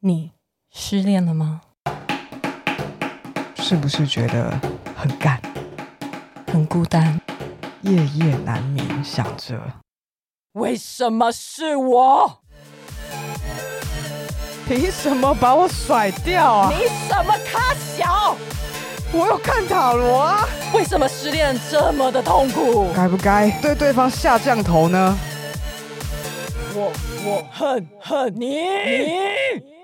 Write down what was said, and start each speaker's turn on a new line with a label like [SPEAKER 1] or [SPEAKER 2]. [SPEAKER 1] 你失恋了吗？
[SPEAKER 2] 是不是觉得很干，
[SPEAKER 1] 很孤单，
[SPEAKER 2] 夜夜难眠，想着
[SPEAKER 1] 为什么是我？
[SPEAKER 2] 凭什么把我甩掉啊？
[SPEAKER 1] 你什么咖小？
[SPEAKER 2] 我有看塔罗啊，
[SPEAKER 1] 为什么失恋这么的痛苦？
[SPEAKER 2] 该不该对对方下降头呢？
[SPEAKER 1] 我我恨恨你。你